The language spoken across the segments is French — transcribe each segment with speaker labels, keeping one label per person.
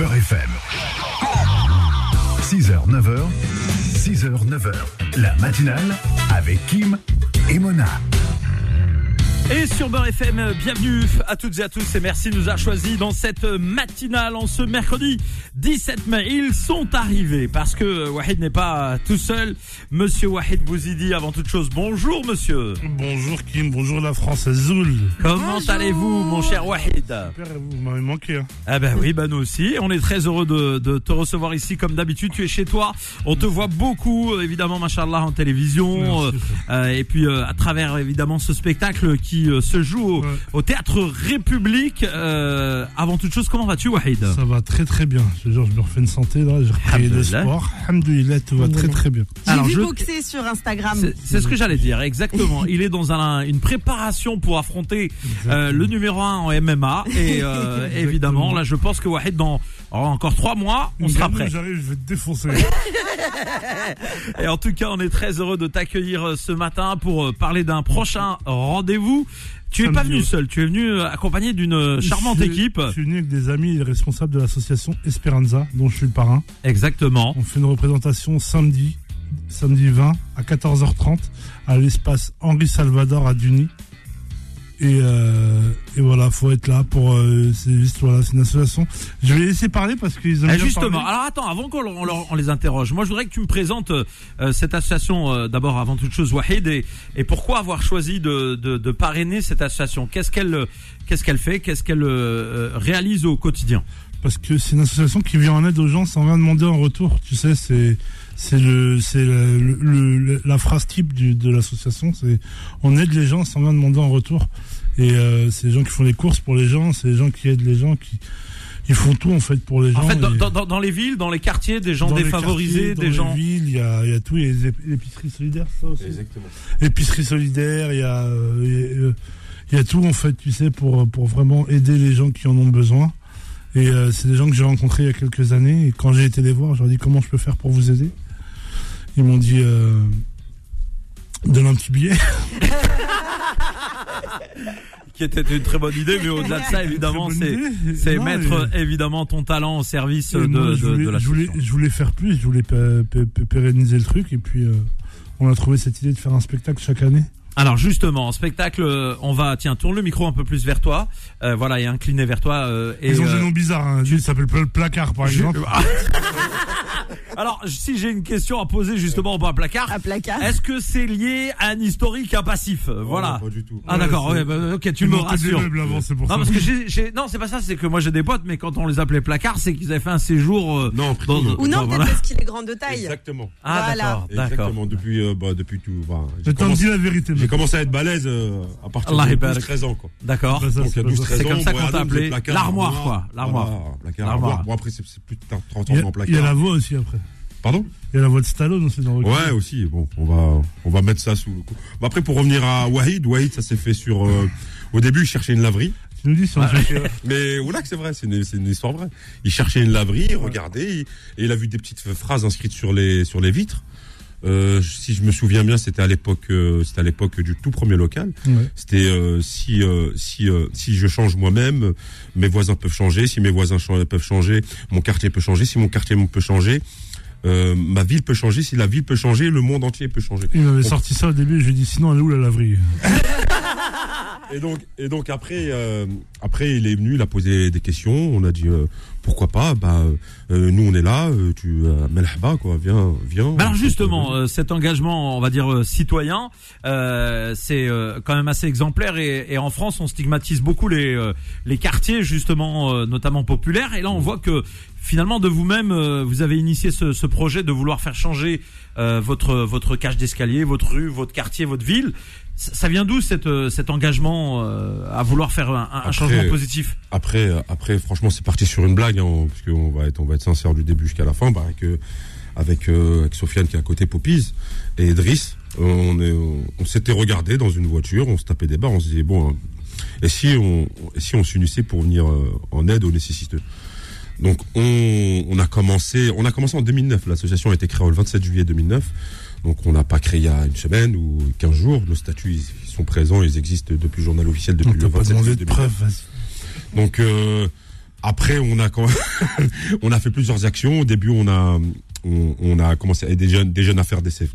Speaker 1: FM. 6h, 9h, 6h, 9h, la matinale avec Kim et Mona.
Speaker 2: Et sur Beurre FM, bienvenue à toutes et à tous et merci de nous avoir choisis dans cette matinale en ce mercredi 17 mai. Ils sont arrivés parce que Wahid n'est pas tout seul. Monsieur Wahid Bouzidi, avant toute chose, bonjour monsieur.
Speaker 3: Bonjour Kim, bonjour la France Azul.
Speaker 2: Comment allez-vous mon cher Wahid
Speaker 3: Super, vous m'avez manqué. hein.
Speaker 2: Ah ben oui, ben nous aussi. On est très heureux de, de te recevoir ici comme d'habitude. Tu es chez toi. On te voit beaucoup, euh, évidemment, machallah, en télévision.
Speaker 3: Merci.
Speaker 2: euh, euh, et puis euh, à travers, évidemment, ce spectacle qui euh, se joue au,
Speaker 3: Ouais.
Speaker 2: au Théâtre République. Euh, avant toute chose, comment vas-tu, Wahid
Speaker 3: Ça va très très bien. Je te jure, je me refais une santé là, j'ai repris
Speaker 2: Alhamdoulilah.
Speaker 3: le sport. Alhamdoulilah, tout va très très bien.
Speaker 4: J'ai
Speaker 2: Alors,
Speaker 4: vu
Speaker 2: je-
Speaker 4: boxer sur Instagram.
Speaker 2: C'est- C'est ce que j'allais dire, exactement. Il est dans un- une préparation pour affronter euh, le numéro 1 en MMA. Et euh, évidemment, là, je pense que Wahid, dans encore trois mois, on sera
Speaker 3: Gamin,
Speaker 2: prêt.
Speaker 3: J'arrive, je vais te défoncer.
Speaker 2: Et en tout cas, on est très heureux de t'accueillir euh, ce matin pour euh, parler d'un prochain rendez-vous. Tu es pas
Speaker 3: Samedi,
Speaker 2: venu
Speaker 3: ouais.
Speaker 2: seul, tu es venu euh, accompagné d'une euh, charmante
Speaker 3: Je suis-
Speaker 2: équipe.
Speaker 3: Je suis venu avec des amis et les responsables de l'association Esperanza, dont je suis le parrain.
Speaker 2: Exactement.
Speaker 3: On fait une représentation samedi, samedi 20 à 14h30 à l'espace Henri Salvador à Duny. Et, euh, et voilà, faut être là pour. euh, c'est juste, voilà, c'est une association. Je vais laisser parler parce qu'ils ont
Speaker 2: Eh, justement, alors attends, avant qu'on leur- on leur- on les interroge, moi je voudrais que tu me présentes euh, euh, cette association euh, d'abord avant toute chose Wahid et, et pourquoi avoir choisi de, de, de parrainer cette association Qu'est-ce qu'elle euh, qu'est-ce qu'elle fait Qu'est-ce qu'elle euh, euh, réalise au quotidien
Speaker 3: parce que c'est une association qui vient en aide aux gens sans rien demander en retour. Tu sais, c'est c'est le c'est le- le- le- la phrase type du, de l'association. C'est on aide les gens sans rien demander en retour. Et euh, c'est les gens qui font les courses pour les gens, c'est les gens qui aident les gens, qui ils font tout en fait pour les gens.
Speaker 2: En fait, dans,
Speaker 3: et-
Speaker 2: dans- dans, dans les villes, dans les quartiers, des gens
Speaker 3: dans les
Speaker 2: défavorisés,
Speaker 3: quartiers, dans
Speaker 2: des
Speaker 3: les
Speaker 2: gens...
Speaker 3: villes, il y a, il y a tout. Il y a les ép- l'épicerie solidaire, ça aussi. Épicerie solidaire, il y a, euh, il y a, euh, il y a tout en fait, tu sais, pour, pour vraiment aider les gens qui en ont besoin. Et euh, c'est des gens que j'ai rencontrés il y a quelques années. Et quand j'ai été les voir, je leur ai dit comment je peux faire pour vous aider. Ils m'ont dit euh, donne un petit billet.
Speaker 2: qui était une très bonne idée, mais au-delà de ça, évidemment,
Speaker 3: Très bonne
Speaker 2: c'est
Speaker 3: idée.
Speaker 2: c'est
Speaker 3: Non,
Speaker 2: mettre euh,
Speaker 3: et-
Speaker 2: évidemment ton talent au service euh, de,
Speaker 3: et moi,
Speaker 2: de,
Speaker 3: je voulais,
Speaker 2: de la
Speaker 3: je, voulais,
Speaker 2: solution.
Speaker 3: je voulais faire plus, je voulais pé- pé- pé- pérenniser le truc. Et puis euh, on a trouvé cette idée de faire un spectacle chaque année.
Speaker 2: Alors justement, en spectacle, euh, on va tiens tourne le micro un peu plus vers toi, Euh, voilà et incliné vers toi. euh, et,
Speaker 3: Ils ont
Speaker 2: euh,
Speaker 3: des noms bizarres. Hein. Il s'appelle le placard par
Speaker 2: je- Ah,
Speaker 3: exemple.
Speaker 2: Alors si j'ai une question à poser justement par placard,
Speaker 4: À placard.
Speaker 2: est-ce que c'est lié à un historique, un passif Euh, Voilà.
Speaker 5: Non, Pas du tout.
Speaker 2: Ah d'accord,
Speaker 3: Ouais,
Speaker 2: ouais,
Speaker 3: c'est-
Speaker 2: bah, ok, tu
Speaker 3: Ils
Speaker 2: me
Speaker 3: m'ont tapé
Speaker 2: rassures.
Speaker 3: des meubles avant, c'est pour
Speaker 2: Non
Speaker 3: ça.
Speaker 2: parce que j'ai, j'ai- non c'est pas ça, c'est que moi j'ai des potes, mais quand on les appelait placard, c'est qu'ils avaient fait un séjour. euh,
Speaker 5: Non, plutôt
Speaker 2: dans-
Speaker 5: non.
Speaker 4: Ou non,
Speaker 2: dans-
Speaker 4: peut-être
Speaker 2: voilà.
Speaker 4: parce qu'il est grand de taille.
Speaker 5: Exactement.
Speaker 2: Ah
Speaker 4: Voilà.
Speaker 2: d'accord, d'accord.
Speaker 5: Exactement. Depuis, euh, bah, depuis tout. bah,
Speaker 3: Je
Speaker 5: j'ai
Speaker 3: t'en
Speaker 5: commencé,
Speaker 3: dis la vérité,
Speaker 5: j'ai
Speaker 3: mec.
Speaker 5: commencé à être balèze euh, à partir
Speaker 2: Allah
Speaker 5: de
Speaker 2: Ibarak.
Speaker 5: 12-13 ans. Quoi.
Speaker 2: D'accord.
Speaker 3: Bah, ça,
Speaker 5: Donc, il y a
Speaker 3: pas
Speaker 5: 12,
Speaker 3: ça.
Speaker 5: 13
Speaker 2: C'est comme
Speaker 5: ans,
Speaker 2: ça
Speaker 5: bon,
Speaker 2: qu'on
Speaker 5: Adam,
Speaker 2: t'appelait
Speaker 5: c'est placard,
Speaker 2: l'armoire,
Speaker 5: armoire.
Speaker 2: quoi, l'armoire.
Speaker 5: Voilà, placard,
Speaker 2: L'armoire.
Speaker 5: armoire. Bon, après, c'est c'est plus de 30
Speaker 3: Il y
Speaker 5: ans
Speaker 3: a-
Speaker 5: dans le
Speaker 3: Il y a la
Speaker 5: placard.
Speaker 3: voix aussi après.
Speaker 5: Pardon
Speaker 3: Il y a la voix de Stallone aussi dans le
Speaker 5: Ouais, aussi. Bon, on va, on va mettre ça sous le coup. Bah, après, pour revenir à Wahid, Wahid, ça s'est fait sur. euh, au début, il cherchait une laverie.
Speaker 3: Tu nous dis si on se fait-
Speaker 5: Mais voilà que c'est vrai, c'est une, c'est une histoire vraie. Il cherchait une laverie, il regardait, il- et il a vu des petites phrases inscrites sur les, sur les vitres. Euh, si je me souviens bien, c'était à l'époque, euh, c'était à l'époque du tout premier local.
Speaker 3: Ouais.
Speaker 5: C'était euh, si euh, si euh, si je change moi-même, mes voisins peuvent changer. Si mes voisins chan- peuvent changer, mon quartier peut changer. Si mon quartier peut changer, euh, ma ville peut changer. Si la ville peut changer, le monde entier peut changer.
Speaker 3: Il m'avait
Speaker 5: On-
Speaker 3: sorti ça au début, je lui ai dit sinon elle est où la laverie
Speaker 5: Et donc, et donc après, euh, après, il est venu, il a posé des questions. On a dit euh, pourquoi pas. Bah, euh, nous, on est là. euh, tu euh, Melhaba, quoi. Viens, viens.
Speaker 2: Mais alors justement, euh, cet engagement, on va dire euh, citoyen, euh, c'est euh, quand même assez exemplaire et, et en France, on stigmatise beaucoup les euh, les quartiers justement, euh, notamment populaires. Et là, on voit que finalement, de vous-même, euh, vous avez initié ce, ce projet de vouloir faire changer euh, votre votre cage d'escalier, votre rue, votre quartier, votre ville. Ça ça vient d'où cet, euh, cet engagement euh, à vouloir faire un, un
Speaker 5: Après,
Speaker 2: changement positif
Speaker 5: Après, euh, après, franchement, c'est parti sur une blague, hein, parce qu'on va être, on va être sincère du début jusqu'à la fin, bah, avec euh, avec, euh, avec Sofiane qui est à côté, Popiz et Driss. On est, on, on s'était regardé dans une voiture, on se tapait des barres, on se disait bon, hein, et si on, et si on s'unissait pour venir euh, en aide aux nécessiteux. Donc on, on a commencé, on a commencé en 2009. L'association a été créée le 27 juillet 2009. Donc on n'a pas créé il y a une semaine ou 15 jours. Nos statuts ils, ils sont présents, ils existent depuis le journal officiel
Speaker 3: On
Speaker 5: depuis le
Speaker 3: t'a pas
Speaker 5: 27
Speaker 3: demandé
Speaker 5: juillet
Speaker 3: de
Speaker 5: 2009.
Speaker 3: preuves, vas-y.
Speaker 5: Donc euh, Après, on a quand on a fait plusieurs actions. Au début, on a on, on a commencé à aider des jeunes, des jeunes à faire des CV.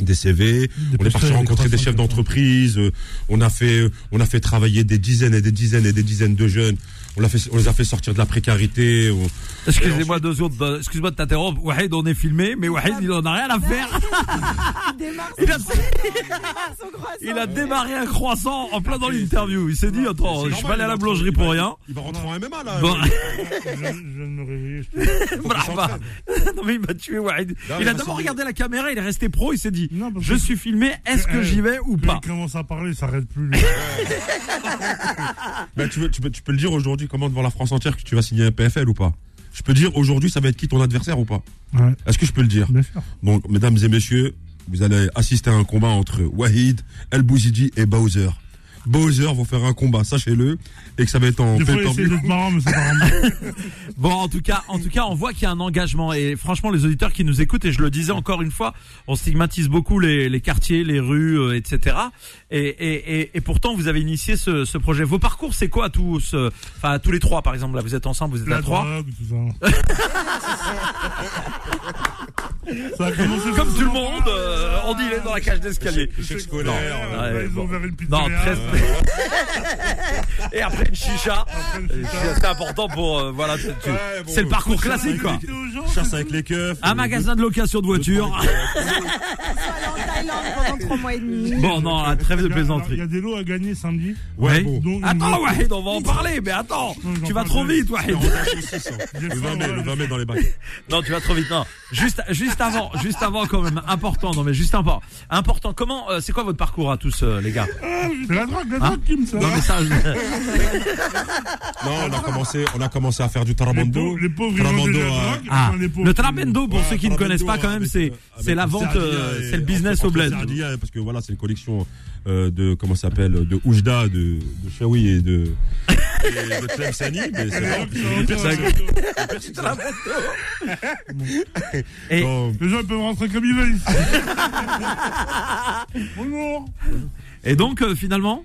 Speaker 5: Des CV, on est
Speaker 3: posters,
Speaker 5: parti
Speaker 3: des
Speaker 5: rencontrer des chefs
Speaker 3: 300,
Speaker 5: d'entreprise, euh, on a fait, on a fait travailler des dizaines et des dizaines et des dizaines de jeunes, on, l'a fait, on les a fait sortir de la précarité, on-
Speaker 2: Excusez-moi deux secondes, excuse-moi de t'interrompre. Wahid, on est filmé, mais Wahid, il en a rien à faire.
Speaker 4: Il démarre son
Speaker 2: Il a,
Speaker 4: son croissant.
Speaker 2: il a démarré un croissant en plein dans l'interview. Il s'est dit, attends,
Speaker 5: c'est
Speaker 2: Oh, je vais
Speaker 5: normal,
Speaker 2: aller à la
Speaker 5: il est
Speaker 2: boulangerie pour rien.
Speaker 5: Il va rentrer en MMA là.
Speaker 2: Bon,
Speaker 5: oui.
Speaker 3: Je, je viens de me réveiller. je te-
Speaker 5: Faut qu'il
Speaker 2: brava.
Speaker 5: s'entraîne.
Speaker 2: Non, mais il m'a tué, Wahid.
Speaker 5: Non,
Speaker 2: Il
Speaker 5: mais
Speaker 2: a d'abord
Speaker 5: c'est-
Speaker 2: regardé la caméra, il est resté pro, il s'est dit,
Speaker 3: Non, parce
Speaker 2: je
Speaker 3: que-
Speaker 2: suis filmé, est-ce que
Speaker 3: Euh,
Speaker 2: j'y vais ou
Speaker 3: Lui,
Speaker 2: pas?
Speaker 3: Il commence à parler, il s'arrête plus. lui.
Speaker 5: Bah, tu, veux- tu peux, tu peux le dire aujourd'hui comment devant la France entière que tu vas signer un PFL ou pas Je peux dire aujourd'hui ça va être qui ton adversaire ou pas
Speaker 3: Ouais,
Speaker 5: Est-ce que je peux le dire
Speaker 3: bien sûr.
Speaker 5: Donc mesdames et messieurs, vous allez assister à un combat entre Wahid, El Bouzidi et Bowser. Bowser vont faire un combat, sachez-le, et que ça va être en
Speaker 3: Des fois, il essaie
Speaker 5: pay-per-view.
Speaker 3: d'être marrant, mais c'est pas marrant.
Speaker 2: Bon, en tout cas, en tout cas, on voit qu'il y a un engagement et franchement, les auditeurs qui nous écoutent et je le disais encore une fois, on stigmatise beaucoup les, les quartiers, les rues, euh, etc. Et, et, et, et pourtant, vous avez initié ce, ce projet. Vos parcours, c'est quoi à tous, euh, enfin à tous les trois, par exemple. Là, vous êtes ensemble, vous êtes à
Speaker 3: La
Speaker 2: trois.
Speaker 3: drogue, tout ça. ça a commencé
Speaker 2: Comme tout le monde, euh, on dit il est dans la cage d'escalier.
Speaker 5: Échec
Speaker 3: Ouais,
Speaker 5: scolaire,
Speaker 3: ouais,
Speaker 5: euh,
Speaker 2: Ouais,
Speaker 3: ils ont
Speaker 2: bon.
Speaker 3: ouvert une
Speaker 2: Non,
Speaker 3: pizzeria.
Speaker 2: très.
Speaker 3: euh,
Speaker 2: Et après une chicha,
Speaker 3: après le
Speaker 2: Euh,
Speaker 3: chicha.
Speaker 2: c'est important pour euh, voilà. tu- tu-
Speaker 5: Ouais, bon,
Speaker 2: c'est le parcours
Speaker 3: Faut
Speaker 2: classique quoi.
Speaker 3: expliquer aux gens,
Speaker 5: Chasse
Speaker 3: c'est
Speaker 5: avec les keufs.
Speaker 2: Un
Speaker 5: euh,
Speaker 2: magasin de location de voitures.
Speaker 4: Allez en Thaïlande pendant trois mois et demi.
Speaker 2: Bon, non, la trêve de
Speaker 3: tout. Il y
Speaker 2: plaisanterie.
Speaker 3: a des lots à gagner samedi.
Speaker 5: Ouais,
Speaker 2: Oui.
Speaker 5: bon.
Speaker 3: Donc, une-
Speaker 2: Attends, Wahid, on va en parler, mais attends,
Speaker 3: Non, j'en
Speaker 2: tu vas
Speaker 3: parle
Speaker 2: trop
Speaker 3: plus.
Speaker 2: vite, Wahid.
Speaker 3: J'ai
Speaker 5: Le
Speaker 3: faim,
Speaker 5: 20 mai,
Speaker 3: voilà.
Speaker 5: le 20 mai dans les bacs.
Speaker 2: Non, tu vas trop vite. Non, juste, juste avant, juste avant quand même. Important, non mais juste important. Important. Comment, euh, c'est quoi votre parcours à tous, euh, les gars
Speaker 3: C'est la drogue, la
Speaker 2: Hein
Speaker 3: drogue qui me sert.
Speaker 2: Non mais ça, je-
Speaker 5: Non, on a commencé, on a commencé à faire du
Speaker 3: Les
Speaker 5: tarabando.
Speaker 3: pauvres, les pauvres, ils vendent de la
Speaker 5: Trabando, euh,
Speaker 3: drogue.
Speaker 2: ah,
Speaker 3: enfin, les pauvres,
Speaker 2: le
Speaker 3: ils-
Speaker 2: trabendo pour
Speaker 5: Ouais,
Speaker 2: ceux qui ne
Speaker 5: Trabendo,
Speaker 2: connaissent pas quand même,
Speaker 5: avec,
Speaker 2: c'est,
Speaker 5: euh,
Speaker 2: c'est
Speaker 5: avec
Speaker 2: la
Speaker 5: le
Speaker 2: vente,
Speaker 5: Sardia
Speaker 2: euh,
Speaker 5: et-
Speaker 2: c'est le business
Speaker 5: entre-
Speaker 2: au
Speaker 5: entre le
Speaker 2: bled.
Speaker 5: Sardia, parce que voilà, c'est une collection euh, de comment ça s'appelle de Oujda, de de Chaoui et de et de Tlemceni, mais c'est vrai,
Speaker 3: Ils
Speaker 5: c'est-
Speaker 3: vendent de la drogue.
Speaker 2: Et
Speaker 5: Non,
Speaker 3: Les gens ils peuvent rentrer comme ils veulent. ici. Bonjour.
Speaker 2: et donc euh, finalement,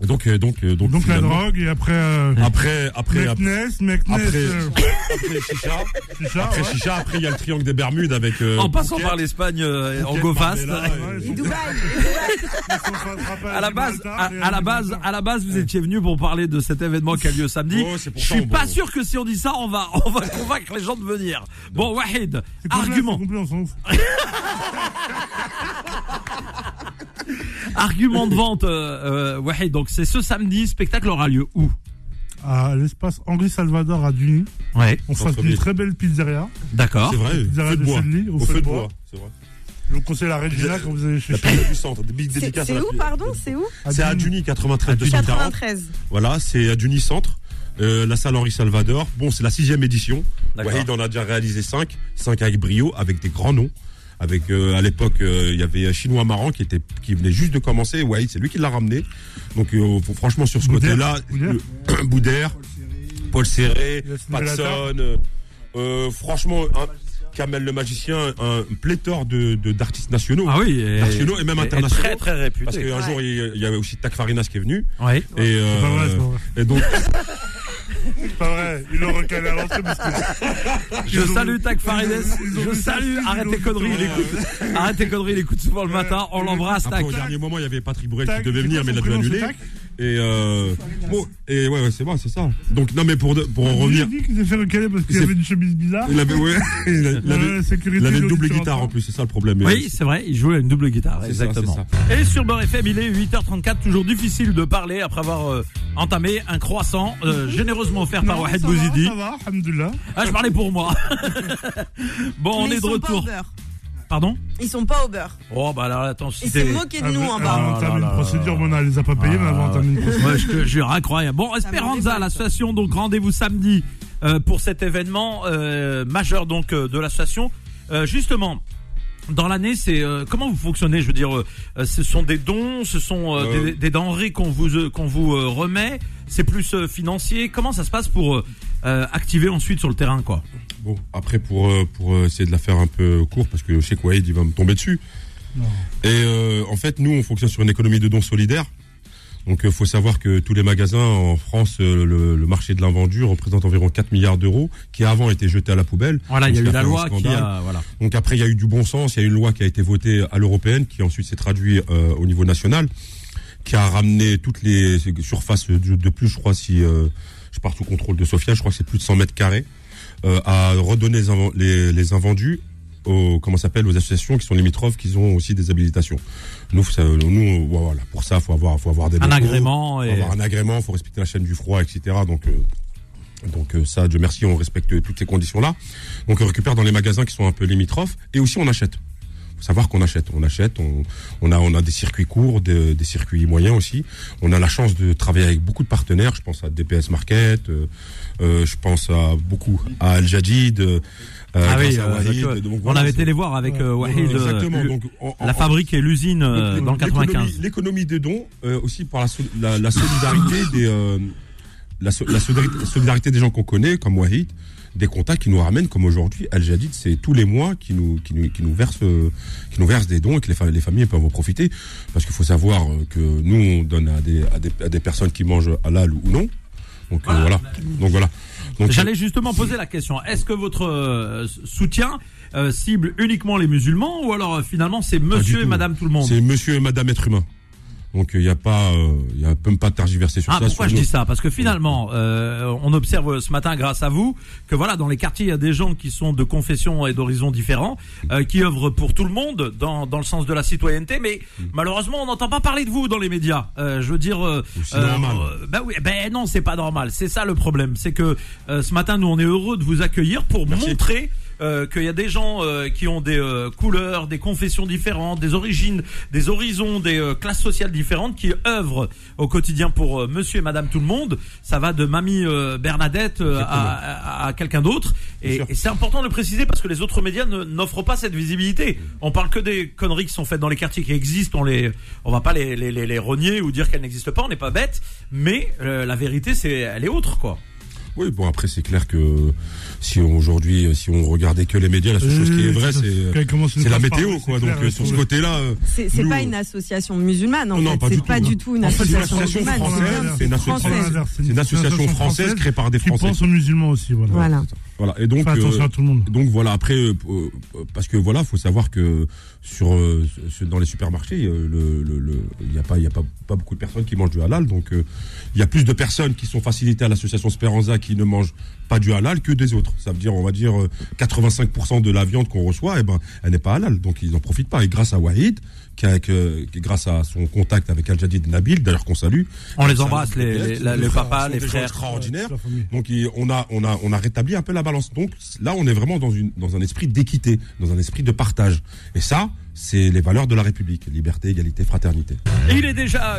Speaker 5: donc euh, donc euh, donc
Speaker 3: Donc la
Speaker 5: finalement,
Speaker 3: drogue et après. euh,
Speaker 5: Après après après
Speaker 3: Meknès, Meknès,
Speaker 5: après
Speaker 3: euh,
Speaker 5: après chicha,
Speaker 3: c'est ça,
Speaker 5: après
Speaker 3: ouais.
Speaker 5: chicha, après il y a le triangle des Bermudes avec euh,
Speaker 2: en passant
Speaker 5: Phuket,
Speaker 2: par l'Espagne, euh, en
Speaker 5: Phuket,
Speaker 2: go fast.
Speaker 5: Marbella,
Speaker 3: Ouais,
Speaker 5: et-
Speaker 3: ils
Speaker 4: Et
Speaker 3: sont-
Speaker 4: Dubaï.
Speaker 3: ils sont pas attrapés
Speaker 2: À la base,
Speaker 3: Gibraltar
Speaker 2: à,
Speaker 3: et
Speaker 2: à la base,
Speaker 3: Gibraltar.
Speaker 2: à la base, vous étiez venu pour parler de cet événement qui a lieu samedi.
Speaker 5: Oh, c'est pour
Speaker 2: Je
Speaker 5: ça,
Speaker 2: suis
Speaker 5: on-
Speaker 2: pas
Speaker 5: on-
Speaker 2: sûr que si on dit ça, on va, on va convaincre les gens de venir. Bon, Wahid,
Speaker 3: C'est complet,
Speaker 2: argument.
Speaker 3: c'est complet, on s'en fout.
Speaker 2: Argument de vente, euh, euh, Wahid. Donc c'est ce samedi, spectacle aura lieu où
Speaker 3: À l'espace Henri Salvador à Duny,
Speaker 2: Ouais.
Speaker 3: on
Speaker 5: Centre
Speaker 3: fasse une
Speaker 5: ville.
Speaker 3: très belle pizzeria.
Speaker 2: D'accord.
Speaker 5: C'est vrai,
Speaker 3: Ils
Speaker 5: feu
Speaker 3: arrêtent
Speaker 5: Ah, de
Speaker 3: de
Speaker 5: bois.
Speaker 3: se le lit,
Speaker 5: Au feu de bois, c'est vrai.
Speaker 3: Je vous conseille la Regina quand vous allez chez
Speaker 5: La
Speaker 3: Chou.
Speaker 5: pizza du centre, des big
Speaker 4: C'est
Speaker 5: dédicaces
Speaker 4: c'est
Speaker 5: la
Speaker 4: où,
Speaker 5: pi-
Speaker 4: pardon C'est où
Speaker 5: C'est à
Speaker 3: Duny.
Speaker 5: Duny 93 240.
Speaker 4: 93.
Speaker 5: Voilà, c'est à Duny Centre, euh, la salle Henri Salvador. Bon, c'est la sixième édition.
Speaker 2: D'accord.
Speaker 5: Wahid en a déjà réalisé cinq, cinq avec brio, avec des grands noms. Avec euh, à l'époque, euh, il y avait un Chinois marrant qui était qui venait juste de commencer. Wahid, c'est lui qui l'a ramené. Donc euh, faut- franchement sur ce
Speaker 3: Boudère,
Speaker 5: côté-là,
Speaker 3: Boudère.
Speaker 5: le- Boudère, Paul Serré,
Speaker 3: Yassine
Speaker 5: Patson, euh, euh, franchement, un, Kamel le magicien, un pléthore de de- d'artistes nationaux.
Speaker 2: Ah oui. Et,
Speaker 5: Nationaux et même internationaux.
Speaker 2: Très très réputé.
Speaker 5: Parce qu'un
Speaker 4: Ouais.
Speaker 5: jour, il y- il y avait aussi Tac Farinas qui est venu.
Speaker 2: Ouais.
Speaker 5: Et, euh,
Speaker 3: C'est pas vrai, c'est pas vrai.
Speaker 5: et donc,
Speaker 3: C'est pas vrai, ils l'ont recalé à l'entrée parce que.
Speaker 2: Je
Speaker 3: Ils ont-
Speaker 2: salue Tac
Speaker 3: ils ont-
Speaker 2: Farides.
Speaker 3: ils ont-
Speaker 2: Je
Speaker 3: ils ont-
Speaker 2: salue.
Speaker 3: ils ont-
Speaker 2: Arrête tes conneries. Il
Speaker 3: Ouais.
Speaker 2: écoute. Arrête tes conneries. Il écoute souvent le matin. On l'embrasse.
Speaker 5: Après,
Speaker 2: Tac.
Speaker 5: au dernier moment, il y avait Patrick Bruel
Speaker 3: Tac,
Speaker 5: qui devait
Speaker 3: c'est
Speaker 5: venir,
Speaker 3: quoi
Speaker 5: mais il a
Speaker 3: son
Speaker 5: dû
Speaker 3: prénom,
Speaker 5: annuler.
Speaker 3: c'est Tac
Speaker 5: Et, euh, bon, et ouais, ouais, c'est bon, c'est ça. Donc, non, mais pour, de- pour
Speaker 3: Euh,
Speaker 5: en revenir,
Speaker 3: J'ai dit qu'il s'est fait recaler parce qu'il
Speaker 5: C'est-
Speaker 3: avait une chemise bizarre.
Speaker 5: il avait, ouais, il a- il
Speaker 3: Ouais,
Speaker 5: avait,
Speaker 3: la sécurité,
Speaker 5: il avait une
Speaker 3: ils ont
Speaker 5: double
Speaker 3: dit,
Speaker 5: guitare en
Speaker 3: rentre.
Speaker 5: plus, c'est ça le problème. Mais
Speaker 2: Oui, c'est vrai, il joue à une double guitare,
Speaker 5: C'est ça,
Speaker 2: exactement. Et sur Beurre FM, il est 8h34, toujours difficile de parler après avoir euh, entamé un croissant euh, généreusement offert par
Speaker 3: Non,
Speaker 2: Wahed
Speaker 3: ça va,
Speaker 2: Bouzidi.
Speaker 3: Ça va, Alhamdoulilah.
Speaker 2: Ah, je parlais pour moi. bon, on
Speaker 4: Mais
Speaker 2: est
Speaker 4: ils
Speaker 2: de
Speaker 4: sont pas au
Speaker 2: retour.
Speaker 4: beurre.
Speaker 2: Pardon
Speaker 4: Ils sont pas au beurre.
Speaker 2: Oh, bah alors, attends, si
Speaker 4: Ils s'est
Speaker 2: t'es-
Speaker 4: moqués de nous en
Speaker 3: Avant
Speaker 4: bas.
Speaker 2: Ah,
Speaker 3: de terminer
Speaker 2: là,
Speaker 3: une
Speaker 2: là,
Speaker 3: procédure,
Speaker 2: là,
Speaker 3: bon, on les a
Speaker 5: Ah
Speaker 3: pas payés, mais avant de terminer une procédure.
Speaker 2: Ouais, je te jure, incroyable. Bon,
Speaker 4: Ça
Speaker 2: Esperanza,
Speaker 4: me
Speaker 2: l'association, donc rendez-vous samedi euh, pour cet événement euh, majeur donc euh, de l'association. Euh, justement. Dans l'année, c'est euh, comment vous fonctionnez Je veux dire, euh, euh, ce sont des dons, ce sont euh,
Speaker 5: Euh,
Speaker 2: des, des denrées qu'on vous euh, qu'on vous euh, remet. C'est plus euh, financier. Comment ça se passe pour euh, euh, activer ensuite sur le terrain, quoi
Speaker 5: Bon, après, pour, euh, pour euh, essayer de la faire un peu court, parce que je sais que Wahid, il va me tomber dessus. Et euh, en fait, nous, on fonctionne sur une économie de dons solidaires. Donc il faut savoir que tous les magasins en France, euh, le, le marché de l'invendu représente environ 4 milliards d'euros, qui avant étaient jetés à la poubelle.
Speaker 2: Voilà, il y a
Speaker 5: Donc,
Speaker 2: eu
Speaker 5: ça
Speaker 2: la
Speaker 5: fait un
Speaker 2: loi qui
Speaker 5: scandale.
Speaker 2: a. Voilà.
Speaker 5: Donc après, il y a eu du bon sens, il y a eu une loi qui a été votée à l'européenne, qui ensuite s'est traduite euh, au niveau national, qui a ramené toutes les surfaces de, de plus, je crois, si euh, je pars sous contrôle de Sofia, je crois que c'est plus de 100 mètres carrés, euh, à redonner les, inven- les, les invendus aux, comment ça s'appelle, aux associations qui sont limitrophes, qui ont aussi des habilitations. Nous, ça, nous voilà, pour ça, faut avoir, faut avoir des
Speaker 2: Un
Speaker 5: locaux,
Speaker 2: agrément
Speaker 5: faut
Speaker 2: et-
Speaker 5: avoir un agrément, faut respecter la chaîne du froid, etc. Donc, euh, donc euh, ça, Dieu merci, on respecte toutes ces conditions-là. Donc on récupère dans les magasins qui sont un peu limitrophes et aussi on achète. Faut savoir qu'on achète, on achète, on, on a on a des circuits courts, de- des circuits moyens aussi. On a la chance de travailler avec beaucoup de partenaires. Je pense à DPS Market, euh, euh, je pense à beaucoup à Al Jadid. euh,
Speaker 2: Ah oui,
Speaker 5: grâce à
Speaker 2: euh,
Speaker 5: Wahid.
Speaker 2: donc, euh,
Speaker 5: Donc,
Speaker 2: on
Speaker 5: voilà,
Speaker 2: avait
Speaker 5: c'est-
Speaker 2: été les voir avec euh, Wahid, euh,
Speaker 5: Exactement.
Speaker 2: le-
Speaker 5: Donc, en- en-
Speaker 2: la fabrique et l'usine euh, dans le
Speaker 5: L'économie-
Speaker 2: 95.
Speaker 5: L'économie des dons, euh, aussi par la, sol- la, la solidarité des euh, la, so- la solidarité, la solidarité des gens qu'on connaît, comme Wahid, des contacts qui nous ramènent, comme aujourd'hui, Al Jadid, c'est tous les mois qui nous qui nous qui nous verse euh, qui nous verse des dons et que les, fa- les familles peuvent en profiter, parce qu'il faut savoir euh, que nous on donne à des à des, à des personnes qui mangent halal ou non. Donc euh, voilà. Donc voilà. Donc
Speaker 2: J'allais justement poser la question. Est-ce que votre euh, soutien euh, cible uniquement les musulmans ou alors euh, finalement c'est
Speaker 5: Pas du
Speaker 2: monsieur et
Speaker 5: tout.
Speaker 2: madame tout le monde
Speaker 5: C'est monsieur et madame être humain. Donc il n'y a pas euh, il y a même pas de tergiverser sur
Speaker 2: Ah,
Speaker 5: ça.
Speaker 2: pourquoi
Speaker 5: sur
Speaker 2: je
Speaker 5: nos-
Speaker 2: dis ça Parce que finalement, euh, on observe euh, ce matin, grâce à vous, que voilà, dans les quartiers, il y a des gens qui sont de confessions et d'horizons différents, euh, qui œuvrent pour tout le monde dans, dans le sens de la citoyenneté. Mais
Speaker 5: Mm.
Speaker 2: malheureusement, on n'entend pas parler de vous dans les médias. Euh, je veux dire, euh,
Speaker 5: C'est normal.
Speaker 2: euh, bah oui, ben non, c'est pas normal. C'est ça le problème. C'est que euh, ce matin, nous, on est heureux de vous accueillir pour
Speaker 5: Merci.
Speaker 2: montrer. euh, qu'il y a des gens euh, qui ont des euh, couleurs, des confessions différentes, des origines, des horizons, des euh, classes sociales différentes qui œuvrent au quotidien pour euh, monsieur et madame tout le monde. Ça va de mamie euh, Bernadette euh, à, à- à quelqu'un d'autre. Et,
Speaker 5: sûr.
Speaker 2: et c'est important de le préciser parce que les autres médias ne- n'offrent pas cette visibilité. On parle que des conneries qui sont faites dans les quartiers qui existent. On les, on va pas les, les, les, les renier ou dire qu'elles n'existent pas. On n'est pas bête. Mais euh, la vérité, c'est, elle est autre, quoi.
Speaker 5: Oui, bon après c'est clair que si on- aujourd'hui si on regardait que les médias, la seule chose
Speaker 3: Euh,
Speaker 5: qui est vraie c'est c'est la météo quoi. Donc euh, sur ce côté-là, euh,
Speaker 4: C'est c'est
Speaker 5: nous,
Speaker 4: pas
Speaker 5: euh,
Speaker 4: une association musulmane, en
Speaker 2: Oh
Speaker 5: Non,
Speaker 4: fait.
Speaker 5: pas du
Speaker 4: C'est
Speaker 5: tout,
Speaker 4: pas
Speaker 5: non.
Speaker 4: du tout une
Speaker 5: En fait, c'est une
Speaker 4: association
Speaker 5: association
Speaker 4: musulmane.
Speaker 5: française, c'est une association
Speaker 4: française.
Speaker 5: c'est une association française créée par des
Speaker 3: qui
Speaker 5: Français.
Speaker 3: pense aux musulmans aussi. Voilà.
Speaker 4: Voilà.
Speaker 5: Voilà. Et donc
Speaker 3: Fais
Speaker 5: euh,
Speaker 3: attention à tout le monde.
Speaker 5: donc voilà après euh, euh, parce que voilà faut savoir que sur euh, ce- dans les supermarchés euh, le le- le- il n'y a pas il y a pas, pas beaucoup de personnes qui mangent du halal donc euh, il y a plus de personnes qui sont facilitées à l'association Speranza qui ne mangent pas du halal que des autres ça veut dire on va dire euh, 85% de la viande qu'on reçoit et ben elle n'est pas halal donc ils n'en profitent pas et grâce à Wahid qui a- que- qui- grâce à son contact avec Al Jadid et Nabil d'ailleurs qu'on salue
Speaker 2: On les
Speaker 5: Ça,
Speaker 2: embrasse, les, les, la- le papa,
Speaker 5: sont
Speaker 2: les
Speaker 5: des gens
Speaker 2: frères.
Speaker 5: extraordinaires
Speaker 3: La famille.
Speaker 5: donc il- on a, on, a, on a rétabli un peu la balance. Donc là, on est vraiment dans, une, dans un esprit d'équité, dans un esprit de partage. Et ça, c'est les valeurs de la République. Liberté, égalité, fraternité.
Speaker 2: Il est déjà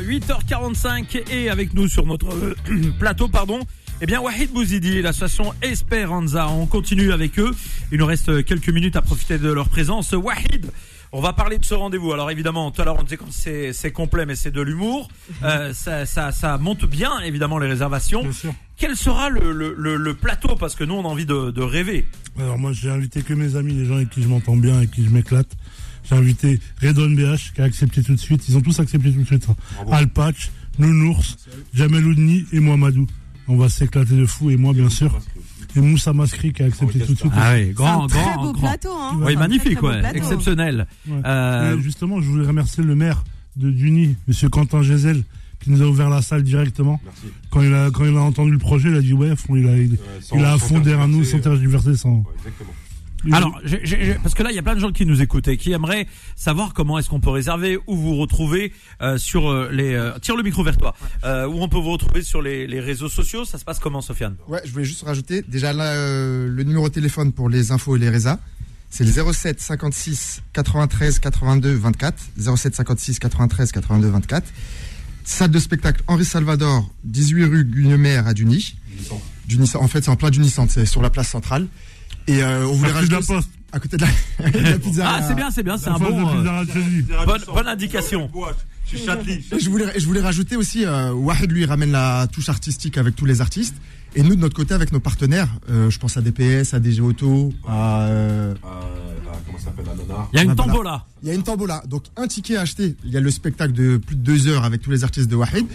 Speaker 2: 8h45 et avec nous sur notre euh, plateau, pardon. Eh bien, Wahid Bouzidi et l'association Esperanza. On continue avec eux. Il nous reste quelques minutes à profiter de leur présence. Wahid, on va parler de ce rendez-vous. Alors évidemment, tout à l'heure on disait que c'est c'est complet, mais c'est de l'humour.
Speaker 4: Mhm.
Speaker 2: Euh, ça, ça, ça monte bien, évidemment, les réservations.
Speaker 3: Bien sûr.
Speaker 2: Quel sera le, le, le- le plateau Parce que nous, on a envie de, de rêver.
Speaker 3: Alors moi j'ai invité que mes amis, les gens avec qui je m'entends bien et qui je m'éclate. J'ai invité Redon BH qui a accepté tout de suite. Ils ont tous accepté tout de suite. Alpatch, Nounours, Jamel Oudni et Mohamedou. On va s'éclater de fou et moi bien sûr. Et Moussa Maskri qui a accepté tout de suite.
Speaker 2: Ah oui,
Speaker 4: C'est un très beau plateau. Hein.
Speaker 2: Oui,
Speaker 4: C'est un
Speaker 2: magnifique,
Speaker 4: très, très beau
Speaker 2: ouais,
Speaker 4: plateau.
Speaker 2: exceptionnel.
Speaker 3: Ouais.
Speaker 2: Euh,
Speaker 3: Et justement, je voulais remercier le maire de Duny, Monsieur Quentin Gézel, qui nous a ouvert la salle directement.
Speaker 5: Merci. Euh,
Speaker 3: Quand il a quand il a entendu le projet, il a dit ouais, fond, il a il,
Speaker 5: sans-
Speaker 3: il a à
Speaker 5: sans euh,
Speaker 3: fond derrière nous, sans
Speaker 5: tergiverser,
Speaker 3: tergiverser, sans. Il-
Speaker 2: Alors, j'ai- j'ai- j'ai- parce que là, il y a plein de gens qui nous écoutent et qui aimeraient savoir comment est-ce qu'on peut réserver, où vous retrouver euh, sur euh, les. euh, tire le micro vers toi. Euh, où on peut vous retrouver sur les, les réseaux sociaux. Ça se passe comment, Sofiane
Speaker 6: Ouais, je voulais juste rajouter déjà là, euh, le numéro de téléphone pour les infos et les résas. C'est le 07 56 93 82 24. 07 56 93 82 24. Salle de spectacle Henri Salvador, 18 rue Gunemer à Duny. Duny en fait, c'est en plein Duny Centre, c'est sur la place centrale. Et euh, on voulait
Speaker 3: Plus de
Speaker 6: rajouter
Speaker 3: la poste.
Speaker 6: aussi- à côté de la, à côté de la pizza.
Speaker 2: Ah, c'est bien, c'est bien, c'est
Speaker 3: La
Speaker 2: un
Speaker 3: poste de
Speaker 2: bon. euh,
Speaker 3: Pizarra de Chelsea.
Speaker 2: bonne, bonne indication.
Speaker 6: Et je voulais, et je voulais rajouter aussi, euh, Wahed lui ramène la touche artistique avec tous les artistes. Et nous, de notre côté, avec nos partenaires, euh, je pense à DPS, à DG Auto, à, euh,
Speaker 5: Euh, ah, comment ça s'appelle la nana.
Speaker 2: Il y a une
Speaker 6: Voilà.
Speaker 2: tombola.
Speaker 6: Il y a une tambola. Donc, un ticket à acheter. Il y a le spectacle de plus de deux heures avec tous les artistes de Wahid.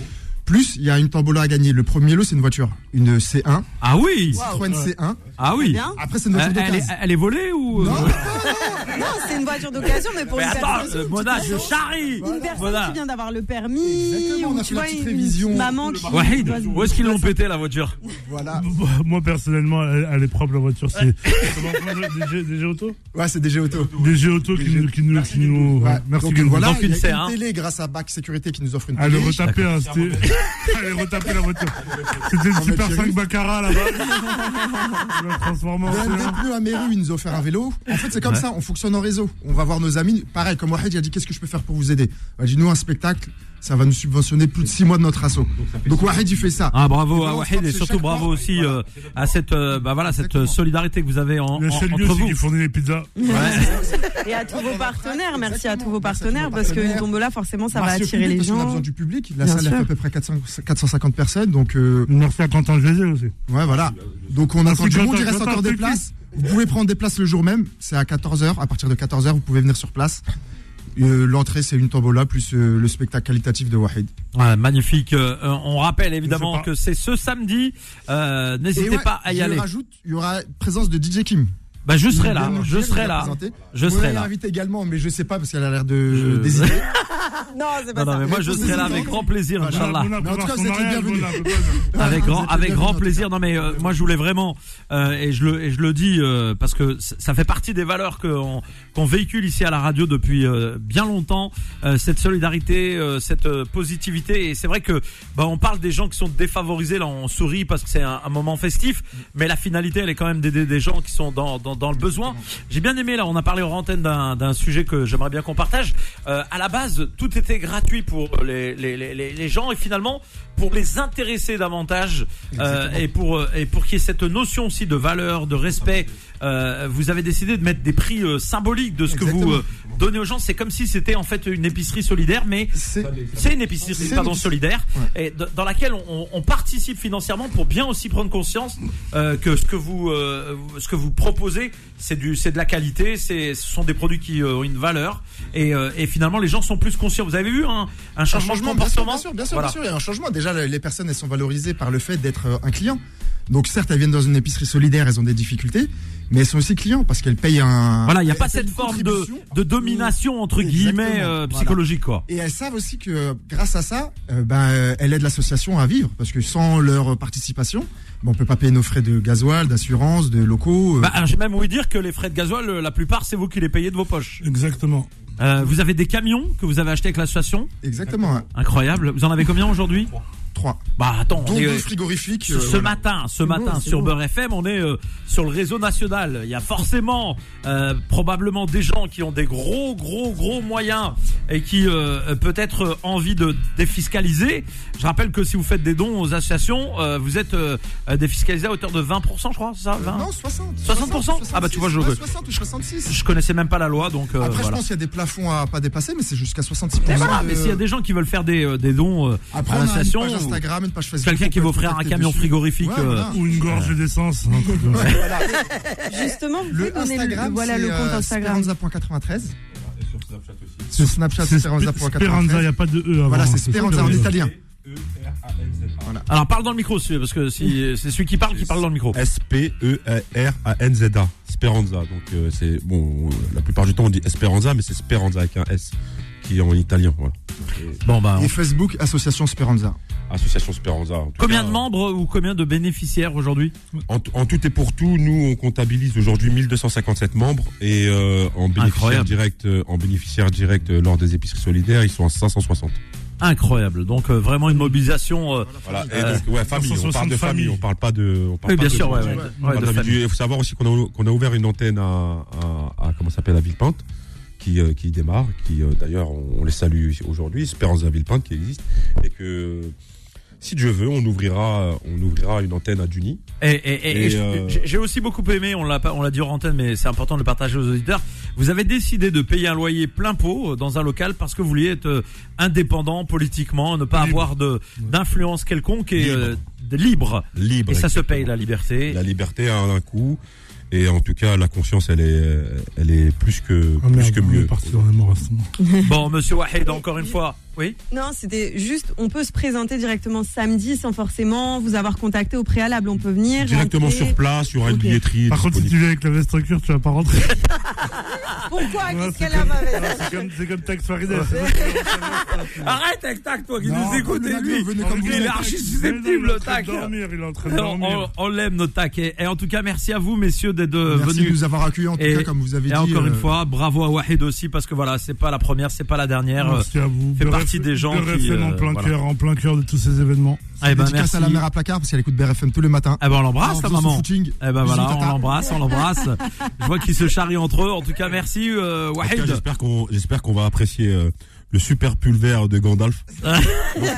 Speaker 6: Plus, il y a une tambola à gagner. Le premier lot, c'est une voiture. Une C1.
Speaker 2: Ah oui,
Speaker 6: Citroën C1.
Speaker 2: ah oui.
Speaker 4: Bien.
Speaker 6: Après, c'est une
Speaker 2: Euh,
Speaker 6: voiture
Speaker 2: elle, est,
Speaker 6: d'occasion.
Speaker 2: elle est volée ou euh,
Speaker 6: Non.
Speaker 4: Non, c'est une voiture d'occasion, mais pour
Speaker 2: Mais
Speaker 4: une
Speaker 2: attends,
Speaker 4: personne.
Speaker 2: euh, Mona, je charrie.
Speaker 4: Une personne
Speaker 2: Mona.
Speaker 4: qui vient d'avoir le permis.
Speaker 6: Exactement, on a
Speaker 4: ou
Speaker 6: fait
Speaker 4: tu
Speaker 6: la
Speaker 4: vois,
Speaker 6: petite
Speaker 4: une
Speaker 6: révision.
Speaker 4: Maman qui.
Speaker 2: Wahid,
Speaker 4: doit se-
Speaker 2: où est-ce qu'ils l'ont pété la voiture
Speaker 6: Voilà.
Speaker 3: Moi, personnellement, elle, elle est propre, la voiture. C'est Comment on appelle ça, des, jeux- des jeux auto
Speaker 6: Ouais, c'est DG Auto.
Speaker 3: Des jeux auto qui nous. qui nous- qui nous-
Speaker 6: Ouais.
Speaker 3: ouais, Merci,
Speaker 6: Donc,
Speaker 3: Guillaume.
Speaker 6: voilà,
Speaker 2: Donc, une
Speaker 6: il y a
Speaker 2: C1.
Speaker 6: une télé grâce à Bac Sécurité qui nous offre une
Speaker 3: Allez
Speaker 6: télé.
Speaker 3: retaper, hein, c'était- Allez retaper la voiture. C'était le
Speaker 6: En
Speaker 3: Super
Speaker 6: Algérie.
Speaker 3: 5 Baccarat là-bas. On l'a transformé en
Speaker 6: Il y a
Speaker 3: C1.
Speaker 6: des pneus à Méru, ils nous ont offert un vélo. En fait, c'est comme ça, on fonctionne en réseau. On va voir nos amis. Pareil, comme Wahid, il a dit Qu'est-ce que je peux faire pour vous aider Il a dit Nous, un spectacle, ça va nous subventionner plus de 6 mois de notre assaut. Donc, Wahid, il fait ça.
Speaker 2: Ah bravo
Speaker 6: Et
Speaker 2: à
Speaker 6: donc,
Speaker 2: Wahid et
Speaker 6: c'est
Speaker 2: surtout
Speaker 6: chaque
Speaker 2: bravo
Speaker 6: mois.
Speaker 2: aussi euh, à cette euh, bah voilà cette euh,
Speaker 6: Exactement.
Speaker 2: solidarité que vous avez en, en-
Speaker 3: Le seul lieu,
Speaker 2: entre
Speaker 3: c'est
Speaker 2: vous.
Speaker 3: qu'ils fournit les pizzas.
Speaker 4: Et à tous vos partenaires, merci à tous vos
Speaker 6: Exactement. Merci à tous
Speaker 4: partenaires,
Speaker 6: nos
Speaker 4: parce qu'une
Speaker 6: partenaires.
Speaker 4: tombola, forcément, ça va
Speaker 6: Merci au
Speaker 4: attirer
Speaker 6: public,
Speaker 4: les
Speaker 6: parce qu'on a
Speaker 4: gens.
Speaker 6: besoin du public. La
Speaker 4: Bien
Speaker 6: salle a
Speaker 4: sûr.
Speaker 6: fait à peu près 400 450 personnes. Donc, euh,
Speaker 3: Merci à Quentin Gézé aussi.
Speaker 6: ouais, voilà. Donc,
Speaker 2: Ah,
Speaker 6: on
Speaker 3: Merci,
Speaker 6: attend du monde. Il
Speaker 3: Quentin,
Speaker 6: reste
Speaker 3: Quentin,
Speaker 6: encore des
Speaker 3: t'es qui
Speaker 6: places. Vous pouvez prendre des places le jour même. C'est à 14h. À partir de 14h, vous pouvez venir sur place. Euh, L'entrée, c'est une tombola plus euh, le spectacle qualitatif de Wahid.
Speaker 2: Ouais, magnifique. Euh, euh, on rappelle évidemment
Speaker 3: Je sais pas.
Speaker 2: que c'est ce samedi. Euh,
Speaker 6: Et
Speaker 2: N'hésitez
Speaker 6: ouais,
Speaker 2: pas à y
Speaker 6: je
Speaker 2: aller.
Speaker 6: rajoute, il y aura présence de DJ Kim.
Speaker 2: Bah je serai là,
Speaker 6: Bien,
Speaker 2: je
Speaker 6: nous
Speaker 2: serai
Speaker 6: l'a
Speaker 2: là,
Speaker 6: présenté.
Speaker 2: je
Speaker 6: Vous
Speaker 2: serai
Speaker 6: l'avez
Speaker 2: là.
Speaker 6: invitée également, mais je sais pas parce qu'elle a l'air
Speaker 2: Je-
Speaker 6: de désirée.
Speaker 4: Non, c'est
Speaker 2: Non,
Speaker 4: pas
Speaker 2: non, mais
Speaker 4: ça.
Speaker 2: moi je serai là
Speaker 6: président.
Speaker 2: avec grand plaisir,
Speaker 6: Voilà.
Speaker 2: Inch'Allah.
Speaker 3: Mona,
Speaker 6: Mais en
Speaker 3: Mona,
Speaker 6: tout cas,
Speaker 3: son
Speaker 6: vous êtes les
Speaker 3: mariage,
Speaker 6: bienvenus.
Speaker 3: Mona, Mona.
Speaker 2: Avec grand, avec grand
Speaker 6: bienvenue.
Speaker 2: plaisir. Non mais euh, moi je voulais vraiment euh, et je le et je le dis euh, parce que c- ça fait partie des valeurs qu'on qu'on véhicule ici à la radio depuis euh, bien longtemps euh, cette solidarité, euh, cette euh, positivité et c'est vrai que bah, on parle des gens qui sont défavorisés là on sourit parce que c'est un, un moment festif mais la finalité elle est quand même d'aider des gens qui sont dans dans, dans le besoin. J'ai bien aimé là on a parlé en antenne d'un d'un sujet que j'aimerais bien qu'on partage. Euh, à la base tout était gratuit pour les les les, les- les gens et finalement pour les intéresser davantage euh, et pour euh, et pour qu'il y ait cette notion aussi de valeur, de respect.
Speaker 6: Ah,
Speaker 2: euh, vous avez décidé de mettre des prix euh, symboliques de ce que vous
Speaker 6: Exactement.
Speaker 2: euh, donnez aux gens. C'est comme si c'était en fait une épicerie solidaire, mais
Speaker 6: C'est-
Speaker 2: c'est une épicerie
Speaker 6: C'est une
Speaker 2: pardon,
Speaker 6: épicerie.
Speaker 2: solidaire et d- dans laquelle on- on, on participe financièrement pour bien aussi prendre conscience euh, que ce que vous euh, ce que vous proposez c'est du c'est de la qualité, c'est ce sont des produits qui euh, ont une valeur et, euh, et finalement les gens sont plus conscients. Vous avez vu un, un
Speaker 6: Un
Speaker 2: changement de
Speaker 6: changement, bien sûr,
Speaker 2: comportement
Speaker 6: bien sûr, bien sûr,
Speaker 2: Voilà.
Speaker 6: bien sûr, il y a un changement. Déjà, le- les personnes, elles sont valorisées par le fait d'être euh, un client. Donc, certes, elles viennent dans une épicerie solidaire, elles ont des difficultés, mais elles sont aussi clients parce qu'elles payent un.
Speaker 2: Voilà, il n'y a pas
Speaker 6: elles payent
Speaker 2: cette
Speaker 6: une
Speaker 2: forme de,
Speaker 6: Hein. contribution.
Speaker 2: de domination entre guillemets euh,
Speaker 6: Exactement, voilà.
Speaker 2: psychologique quoi.
Speaker 6: Et elles savent aussi que euh, grâce à ça, euh, ben, euh, elles aident l'association à vivre parce que sans leur participation, ben, on peut pas payer nos frais de gasoil, d'assurance, de locaux. euh,
Speaker 2: Bah, alors, j'ai même ouï dire que les frais de gasoil, euh, la plupart, c'est vous qui les payez de vos poches.
Speaker 3: Exactement.
Speaker 2: Euh, vous avez des camions que vous avez achetés avec l'association,
Speaker 6: exactement, hein.
Speaker 2: incroyable. Vous en avez combien aujourd'hui
Speaker 6: trois.
Speaker 2: Bah attends, on
Speaker 6: Dont
Speaker 2: est,
Speaker 6: deux
Speaker 2: euh,
Speaker 6: frigorifiques.
Speaker 2: ce,
Speaker 6: euh,
Speaker 2: ce
Speaker 6: voilà.
Speaker 2: matin, ce matin
Speaker 6: c'est
Speaker 2: sur
Speaker 6: bon.
Speaker 2: Beurre FM, on est euh, sur le réseau national. Il y a forcément, euh, probablement des gens qui ont des gros, gros, gros moyens et qui euh, peut-être euh, envie de défiscaliser. Je rappelle que si vous faites des dons aux associations, euh, vous êtes euh, euh, défiscalisé à hauteur de 20%, je crois, c'est ça 20
Speaker 6: Non, 60.
Speaker 2: 60%? Ah bah, tu vois, je-
Speaker 6: 66, ouais, 60 ou 66.
Speaker 2: Je connaissais même pas la loi, donc euh,
Speaker 6: Après, je
Speaker 2: voilà.
Speaker 6: pense qu'il y a des plafonds à pas dépasser, mais c'est jusqu'à 66%.
Speaker 2: Mais voilà,
Speaker 6: de-
Speaker 2: mais s'il y a des gens qui veulent faire des, euh, des dons euh,
Speaker 6: Après,
Speaker 2: à
Speaker 6: on a une
Speaker 2: l'association,
Speaker 6: page
Speaker 2: ou
Speaker 6: Instagram, une page Facebook.
Speaker 2: quelqu'un qui
Speaker 6: on peut
Speaker 2: veut offrir un
Speaker 6: contacter
Speaker 2: camion
Speaker 6: dessus.
Speaker 2: frigorifique,
Speaker 6: Ouais,
Speaker 2: euh,
Speaker 6: voilà.
Speaker 3: Ou une gorge d'essence. un truc comme ça.
Speaker 4: Justement, vous pouvez
Speaker 6: Le
Speaker 4: donner
Speaker 6: Instagram,
Speaker 4: le, voilà le
Speaker 6: c'est,
Speaker 4: compte
Speaker 6: euh,
Speaker 4: Instagram.
Speaker 6: Speranza.93.
Speaker 5: Et sur Snapchat aussi.
Speaker 6: Sur Snapchat,
Speaker 3: C'est
Speaker 6: c'est
Speaker 3: Speranza, il n'y
Speaker 6: Speranza.93.
Speaker 3: a pas de E avant.
Speaker 6: Voilà, c'est Speranza en italien.
Speaker 5: E-R-A-N-Z-A.
Speaker 2: Alors parle dans le micro, si- parce que si c'est celui qui parle qui parle dans le micro.
Speaker 5: E S-P-E-R-A-N-Z-A. Speranza. Donc, euh, c'est bon, euh, la plupart du temps, on dit Esperanza, mais c'est Speranza avec un S qui est en italien. Voilà.
Speaker 2: Bon bah, on-
Speaker 6: Et Facebook, Association Speranza.
Speaker 5: Association Speranza. En tout
Speaker 2: combien
Speaker 5: cas,
Speaker 2: de membres ou combien de bénéficiaires aujourd'hui
Speaker 5: en, t- en tout et pour tout, nous, on comptabilise aujourd'hui 1257 membres et euh, en bénéficiaire
Speaker 2: Incroyable.
Speaker 5: direct, euh, en bénéficiaire direct euh, lors des épiceries solidaires, ils sont à 560.
Speaker 2: Incroyable. Donc euh, vraiment une mobilisation. euh,
Speaker 5: Voilà. Et
Speaker 2: Euh,
Speaker 5: donc, ouais, famille, on parle
Speaker 3: 560
Speaker 5: de famille,
Speaker 3: familles.
Speaker 5: on parle pas de. On parle
Speaker 2: oui,
Speaker 5: pas
Speaker 2: bien
Speaker 5: de-
Speaker 2: sûr, ouais, ouais,
Speaker 5: on
Speaker 2: ouais, de
Speaker 5: parle d'individus.
Speaker 2: famille.
Speaker 5: Et Il faut savoir aussi qu'on a, qu'on a ouvert une antenne à, à, à- comment ça s'appelle à Villepinte, qui, euh, qui démarre, qui euh, d'ailleurs on, on les salue aujourd'hui, Espérance à Villepinte qui existe, et que si Dieu veut, on ouvrira, on ouvrira une antenne à Duny.
Speaker 2: Et, et- et-
Speaker 5: Et,
Speaker 2: et je-
Speaker 5: euh,
Speaker 2: j'ai- j'ai aussi beaucoup aimé. On l'a pas- on l'a dit en antenne, mais c'est important de le partager aux auditeurs. Vous avez décidé de payer un loyer plein pot euh, dans un local parce que vous vouliez être euh, indépendant politiquement, ne pas avoir de d'influence quelconque et
Speaker 5: Libre.
Speaker 2: euh, de- libre.
Speaker 5: Libre.
Speaker 2: Et ça se
Speaker 5: exactement.
Speaker 2: paye la liberté.
Speaker 5: La liberté a un coût. Et en tout cas, la conscience, elle est, elle est plus que,
Speaker 3: Ah,
Speaker 5: plus
Speaker 3: merde,
Speaker 5: que
Speaker 3: on
Speaker 5: mieux.
Speaker 3: est parti dans la mort à ce moment.
Speaker 2: Bon, monsieur Wahed, encore une fois. Oui.
Speaker 7: Non, c'était juste, on peut se présenter directement samedi sans forcément vous avoir contacté au préalable. On peut venir.
Speaker 5: Directement
Speaker 7: rentrer.
Speaker 5: sur place, il y aura une
Speaker 7: Ok.
Speaker 5: billetterie.
Speaker 3: Par contre, si tu
Speaker 5: disponible.
Speaker 3: viens avec la veste en cuir, tu vas pas rentrer.
Speaker 4: Pourquoi
Speaker 3: Ouais,
Speaker 4: Qu'est-ce
Speaker 3: c'est
Speaker 4: qu'elle a mauvaise
Speaker 3: C'est comme, c'est comme Tax Farides.
Speaker 2: Arrête, tac, tac, toi qui
Speaker 6: Non,
Speaker 2: nous écoutes,
Speaker 6: venez
Speaker 2: et
Speaker 6: là,
Speaker 2: lui.
Speaker 6: venez comme
Speaker 2: lui,
Speaker 6: vous
Speaker 2: il est
Speaker 6: êtes.
Speaker 2: archi
Speaker 3: Mais non,
Speaker 2: susceptible,
Speaker 3: Il est en train
Speaker 2: tac.
Speaker 3: de dormir, il est en train de
Speaker 2: Alors, On,
Speaker 3: dormir.
Speaker 2: on l'aime, notre tac. Et, et en tout cas, merci à vous, messieurs, d'être euh,
Speaker 6: Merci de
Speaker 2: venus.
Speaker 6: nous avoir accueillis, en tout
Speaker 2: Et-
Speaker 6: cas, comme vous avez
Speaker 2: Et
Speaker 6: dit.
Speaker 2: encore une
Speaker 6: euh,
Speaker 2: fois, bravo à Wahed aussi, parce que voilà, c'est pas la première, c'est pas la dernière.
Speaker 3: Merci à vous.
Speaker 2: fait
Speaker 3: Beurre
Speaker 2: partie
Speaker 3: FM-
Speaker 2: des gens
Speaker 3: Beurre
Speaker 2: qui,
Speaker 3: FM en
Speaker 2: euh,
Speaker 3: plein
Speaker 2: voilà.
Speaker 3: cœur, en plein cœur de tous ces événements.
Speaker 2: Eh ben,
Speaker 6: dédicace
Speaker 2: merci.
Speaker 6: à la mère à placard parce qu'elle écoute BRFM tous les matins.
Speaker 2: Eh ben, on l'embrasse,
Speaker 6: Alors,
Speaker 2: ta
Speaker 6: faisons son
Speaker 2: maman.
Speaker 6: footing.
Speaker 2: Eh ben
Speaker 6: Bisous,
Speaker 2: voilà, on
Speaker 6: tata.
Speaker 2: l'embrasse, on l'embrasse. Je vois qu'ils se charrient entre eux. En tout cas, merci, euh,
Speaker 5: En tout cas,
Speaker 2: Wahed.
Speaker 5: J'espère qu'on, j'espère qu'on va apprécier euh, le super pull vert de Gandalf. Donc,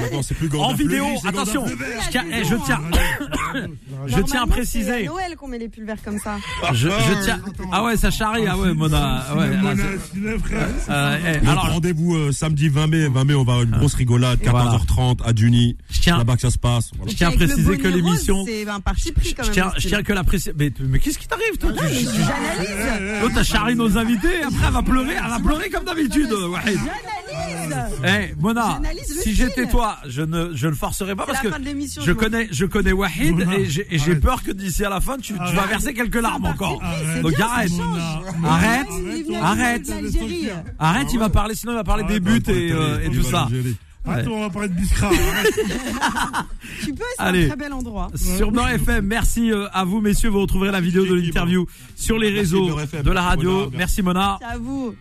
Speaker 5: maintenant, c'est plus Gandalf
Speaker 2: en
Speaker 5: le
Speaker 2: vidéo,
Speaker 5: gris, c'est Gandalf
Speaker 2: attention.
Speaker 5: le vert.
Speaker 2: Je tiens, eh, je tiens, je
Speaker 7: Normalement,
Speaker 2: tiens à
Speaker 7: C'est
Speaker 2: préciser.
Speaker 7: à Noël qu'on met les pulls verts comme ça.
Speaker 2: Je, je tiens. Ah ouais, ça charrie. Ah ouais, Mona.
Speaker 3: C'est
Speaker 2: ouais,
Speaker 3: le
Speaker 2: là,
Speaker 3: Mona,
Speaker 2: c'est-
Speaker 3: c'est le frère.
Speaker 2: euh, eh,
Speaker 5: Donc,
Speaker 2: alors, Ah.
Speaker 5: rendez-vous euh, samedi 20 mai. 20 mai, on va avoir une grosse rigolade.
Speaker 2: Voilà.
Speaker 5: 14h30 à Duny.
Speaker 2: je tiens,
Speaker 5: Là-bas que ça se passe. Voilà.
Speaker 2: je tiens à
Speaker 7: Avec le
Speaker 2: préciser
Speaker 7: bonnet
Speaker 2: que l'émission.
Speaker 7: rose, C'est un parti pris quand
Speaker 2: Je
Speaker 7: même.
Speaker 2: tiens,
Speaker 7: le
Speaker 2: je
Speaker 7: style.
Speaker 2: tiens que la précision. Mais, mais qu'est-ce qui t'arrive, toi tu, tu, tu-
Speaker 7: J'analyse.
Speaker 2: L'autre a charrié nos invités, et après elle va pleurer, elle va pleurer comme d'habitude, Wahid.
Speaker 7: J'analyse.
Speaker 2: Eh, Mona,
Speaker 7: J'analyse le
Speaker 2: si j'étais
Speaker 7: style.
Speaker 2: toi, je ne, je le forcerais pas parce
Speaker 7: la
Speaker 2: que
Speaker 7: fin de l'émission,
Speaker 2: je
Speaker 7: je vois.
Speaker 2: connais, je connais Wahid
Speaker 3: Mona,
Speaker 2: et j'ai- et j'ai
Speaker 3: arrête.
Speaker 2: peur que d'ici à la fin, tu, tu vas
Speaker 3: Arrête.
Speaker 2: verser quelques larmes encore.
Speaker 3: Arrête.
Speaker 2: Donc arrête,
Speaker 3: Mona,
Speaker 2: Arrête.
Speaker 7: Il est venu
Speaker 2: Arrête.
Speaker 7: avec l'Algérie.
Speaker 2: arrête, il va parler, sinon il va parler des
Speaker 3: Arrête,
Speaker 2: buts
Speaker 5: Bah,
Speaker 3: arrête,
Speaker 2: et, euh,
Speaker 3: arrête,
Speaker 2: et
Speaker 3: arrête,
Speaker 2: tout ça.
Speaker 3: Attends, on va parler de Biscra.
Speaker 7: Tu peux, c'est
Speaker 2: Allez.
Speaker 7: un très bel endroit.
Speaker 2: Sur Nord FM, merci euh, à vous messieurs, vous retrouverez la vidéo de l'interview sur les réseaux
Speaker 5: Nord FM,
Speaker 2: de la
Speaker 5: merci
Speaker 2: radio.
Speaker 5: Mona,
Speaker 2: Merci Mona.
Speaker 7: C'est à vous.